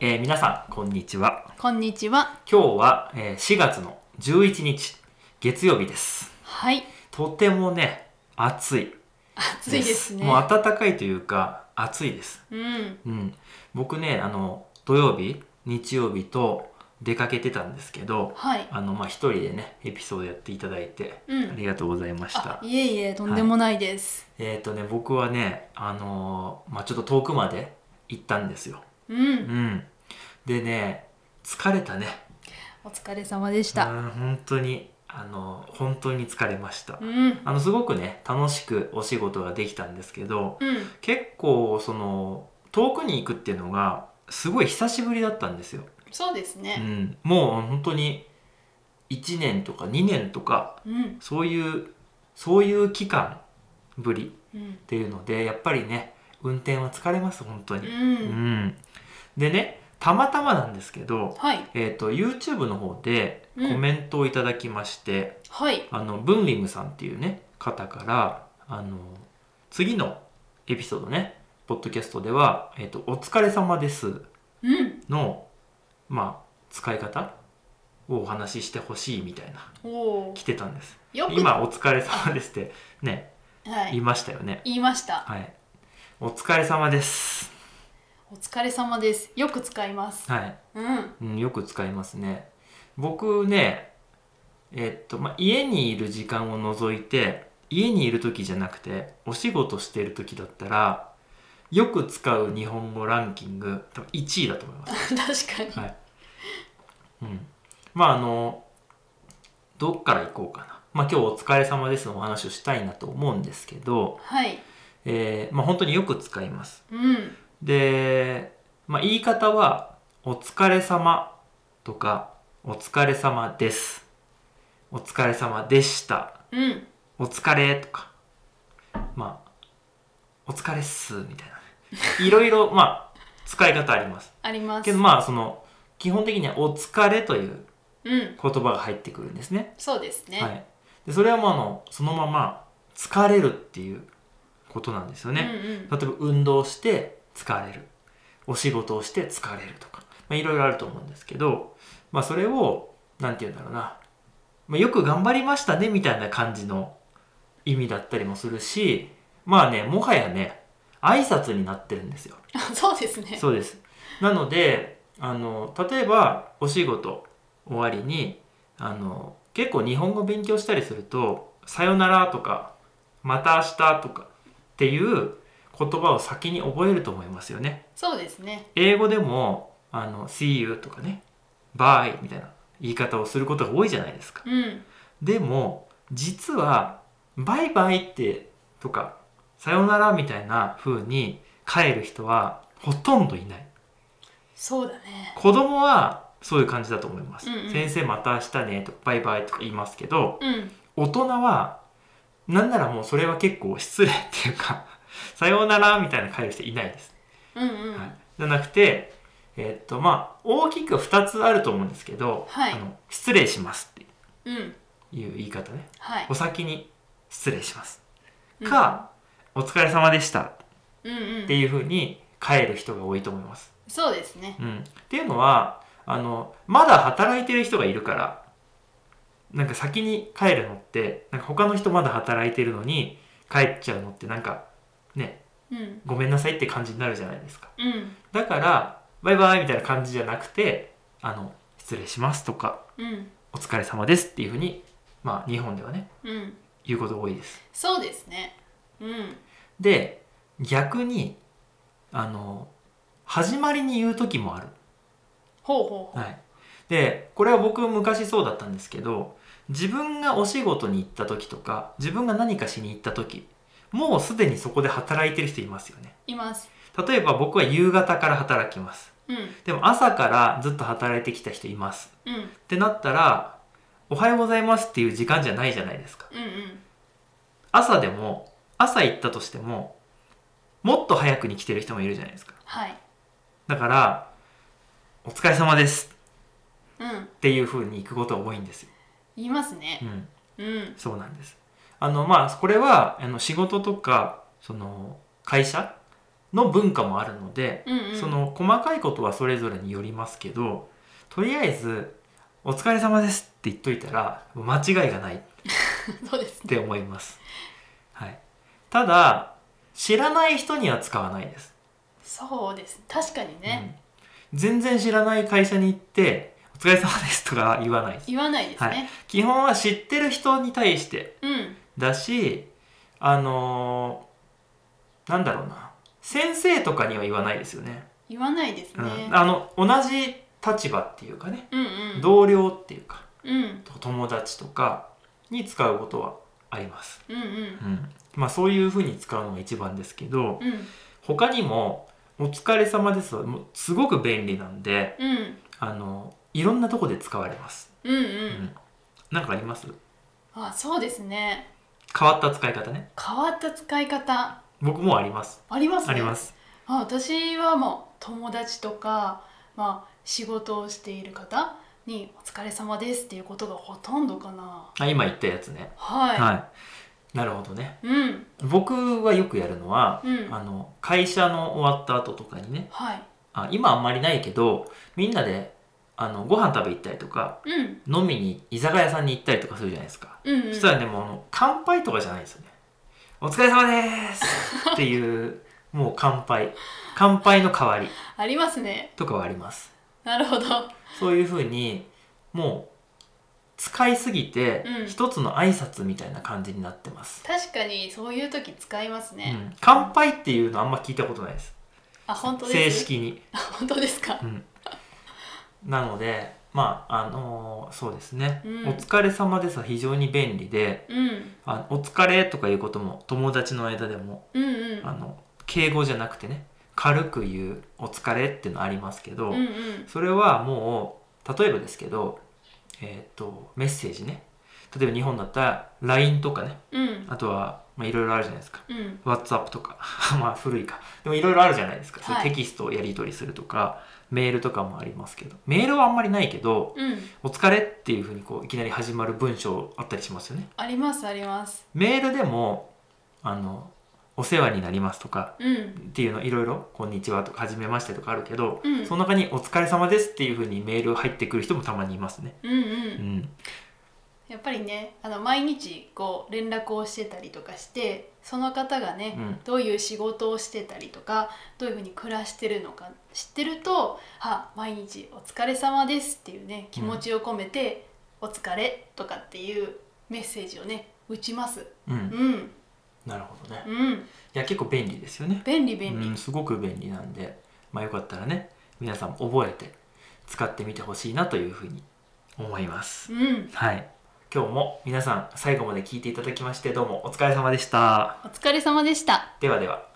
えー皆さんこんにちはこんにちは。今日は、えー4月の11日月曜日ですはい。とてもね暑い暑いですね。もう暖かいというか暑いですうん。うん僕ねあの土曜日日曜日と出かけてたんですけどはい。あのまあ一人でねエピソードやっていただいてうあん。りがとうございましあた、いえいえ、とんでもないです。えっ、とね僕はねあのーまあちょっと遠くまで行ったんですよう。うんんでね疲れたねお疲れ様でした。うん本当にあの本当に疲れました、うん。あのすごくね楽しくお仕事ができたんですけどうん。結構その遠くに行くっていうのがすごい久しぶりだったんですよ、そうですうね。ん、もう本当に1年とか2年とかうん。そういうそういう期間ぶりうんっ。ていうのでやっぱりね運転は疲れます本当うに、ん。んでねたまたまなんですけど、はい。えー、と YouTube の方でうんコメントをいただきまして、はい。あのブンリムさんっていうね方からあの次のエピソードねポッドキャストでは「えー、とお疲れ様ですうん。の」まあ、使い方をお話ししてほしいみたいなおお来。てたんですよく。今「お疲れ様です」ってねは言いい。ましたよね言いました。はい「お疲れ様ですお疲れ様です。よく使いま」す。はいうん。 うん、よく使いますね僕ねえっと、まあ、家にいる時間を除いて家にいる時じゃなくてお仕事してる時だったらよく使う日本語ランキング多分1位だと思います、確かに。はいうん、まああのどっから行こうかなまあ今日「お疲れ様です」のお話をしたいなと思うんですけど、はい。えーまあ、本当によく使いますうん。で、まあ、言い方は「お疲れ様とか「お疲れ様です」「お疲れ様でした」うん。 「お疲れ」とかまあ「お疲れっす」みたいないろいろまあ使い方ありますありますけ。どまあその基本的には「お疲れ」といううん。言葉が入ってくるんですね、そうですはね。い、でそれはもうあのそのまま「疲れる」っていうことなんですようんね、例えば運動して疲れるお仕事をして疲れるとか、まあ、いろいろあると思うんですけど、まあ、それを何て言うんだろうな、まあ、よく頑張りましたねみたいな感じの意味だったりもするしまあねもはやね挨拶になってるんですようん。 そうですね。そうですなのであの例えばお仕事終わりにあの結構日本語勉強したりすると「さよなら」とか「また明日」とかっていう言葉を先に覚えると思いますよねそうですね。英語でも「あの See you」とかね「Bye」みたいな言い方をすることが多いじゃないですかうん。でも実は「バイバイ」ってとか「さよなら」みたいな風に帰る人はほとんどいないそうだね。子供はそういう感じだと思います、うんうん先生また明日ねとかバイバイとか言いますけどうん。大人はなんならもうそれは結構失礼っていうか さようならみたいな帰る人いないです、うんうん。はい、じゃなくてえっとまあ大きく2つあると思うんですけど、はいあの失礼しますってうん。いう言い方ねはい。お先に失礼しますか、お疲れ様でしたっうんうんていう風に帰る人が多いと思います、そうですねうん、っていうのはあのまだ働いてる人がいるからなんか先に帰るのってなんか他の人まだ働いてるのに帰っちゃうのってなんかねうんごめんなさいって感じになるじゃないですかうんだからバイバイみたいな感じじゃなくてあの失礼しますとかうんお疲れ様ですっていうふうにまあ日本ではねうん言うことが多いですそうですねうんで逆にあの始まりに言う時もあるほうほうほはい、でこれは僕昔そうだったんですけど自分がお仕事に行った時とか自分が何かしに行った時もうすでにそこで働いてる人いますよねういます例えば僕は夕方から働きますうんでも朝からずっと働いてきた人いますうんってなったら「おはようございます」っていう時間じゃないじゃないですかうんうん朝でも朝行ったとしてももっと早くに来てる人もいるじゃないですかはいだから「お疲れ様です」うんっていう風に行くことが多いんですよ、言いますねうん、うんそうなんです。あのまあこれはあの仕事とかその会社の文化もあるので、うんうんその細かいことはそれぞれによりますけどとりあえず「お疲れ様です」って言っといたら間違いがないっそうですねて思います、はい、ただ知らない人には使わないですそうです確かにね、うん全然知らない会社に行って「お疲れ様です」とか言わないです言わないですね、基本は知ってる人に対してうんだしあのーなんだろうな先生とかには言わないですよね、言わないですうね、ん、あの同じ立場っていうかねうんうん同僚っていうかうん友達とかに使うことはあります、うんうんうんまあ、そういうふうに使うのが一番ですけどうん他にも「お疲れ様です」はもうすごく便利なんでうんあのいろんなとこで使われます、うんううんなんかありますあそうですね変わった使い方ね変わった使い方僕もありますありますねありますあ私はもう友達とか、まあ、仕事をしている方に「お疲れ様です」っていうことがほとんどかなあ今言ったやつねはい、はいなるほどねうん僕はよくやるのは、うんあの会社の終わった後とかにねはいあ今あんまりないけどみんなであのご飯食べ行ったりとかうん飲みに居酒屋さんに行ったりとかするじゃないですか、うんうんそしたらねもうあの乾杯とかじゃないんですよね「お疲れ様です」っていうもう乾杯乾杯の代わりありますねとかはありますなるほどそういうふうにもう使いすぎてうん一つの挨拶みたいな感じになってます、確かにそういう時使いますうね、ん乾杯っていうのあんま聞いたことないですあ本当です正式に、あ本当ですか うん、なのでまああのーそうですね、うんお疲れ様ですは非常に便利でうんあお疲れとかいうことも友達の間でもうんうんあの敬語じゃなくてね軽く言う「お疲れ」っていうのありますけど、うんうんそれはもう例えばですけど、えー、とメッセージね例えば日本だったら LINE とかねうんあとはまあいろいろあるじゃないですかうん WhatsApp とか まあ古いかでもいろいろあるじゃないですか、そういうはいテキストをやり取りするとかメールとかもありますけどメールはあんまりないけどうん「お疲れ」っていうふうにこういきなり始まる文章あったりしますよね。ありますありますメールでもあのお世話になりますとかうんっていうのいろいろ「こんにちは」とか「はじめまして」とかあるけど、うんその中に「お疲れ様です」っていうふうにメール入ってくる人もたまにいますね。うんうん、うん、やっぱりねあの毎日こう連絡をしてたりとかしてその方がね、うんどういう仕事をしてたりとかどういうふうに暮らしてるのか知ってると「あ毎日お疲れ様です」っていうね気持ちを込めて「お疲れ」とかっていうメッセージをね打ちます。うんうん、なるほどね。いうん、や結構便利ですよね。便利便利、うん、すごく便利なんで、まあ、よかったらね皆さんも覚えて使ってみてほしいなというふうに思います。うん、はい今日も皆さん最後まで聞いていただきましてどうもお疲れ様でした。お疲れ様でした。ではでは。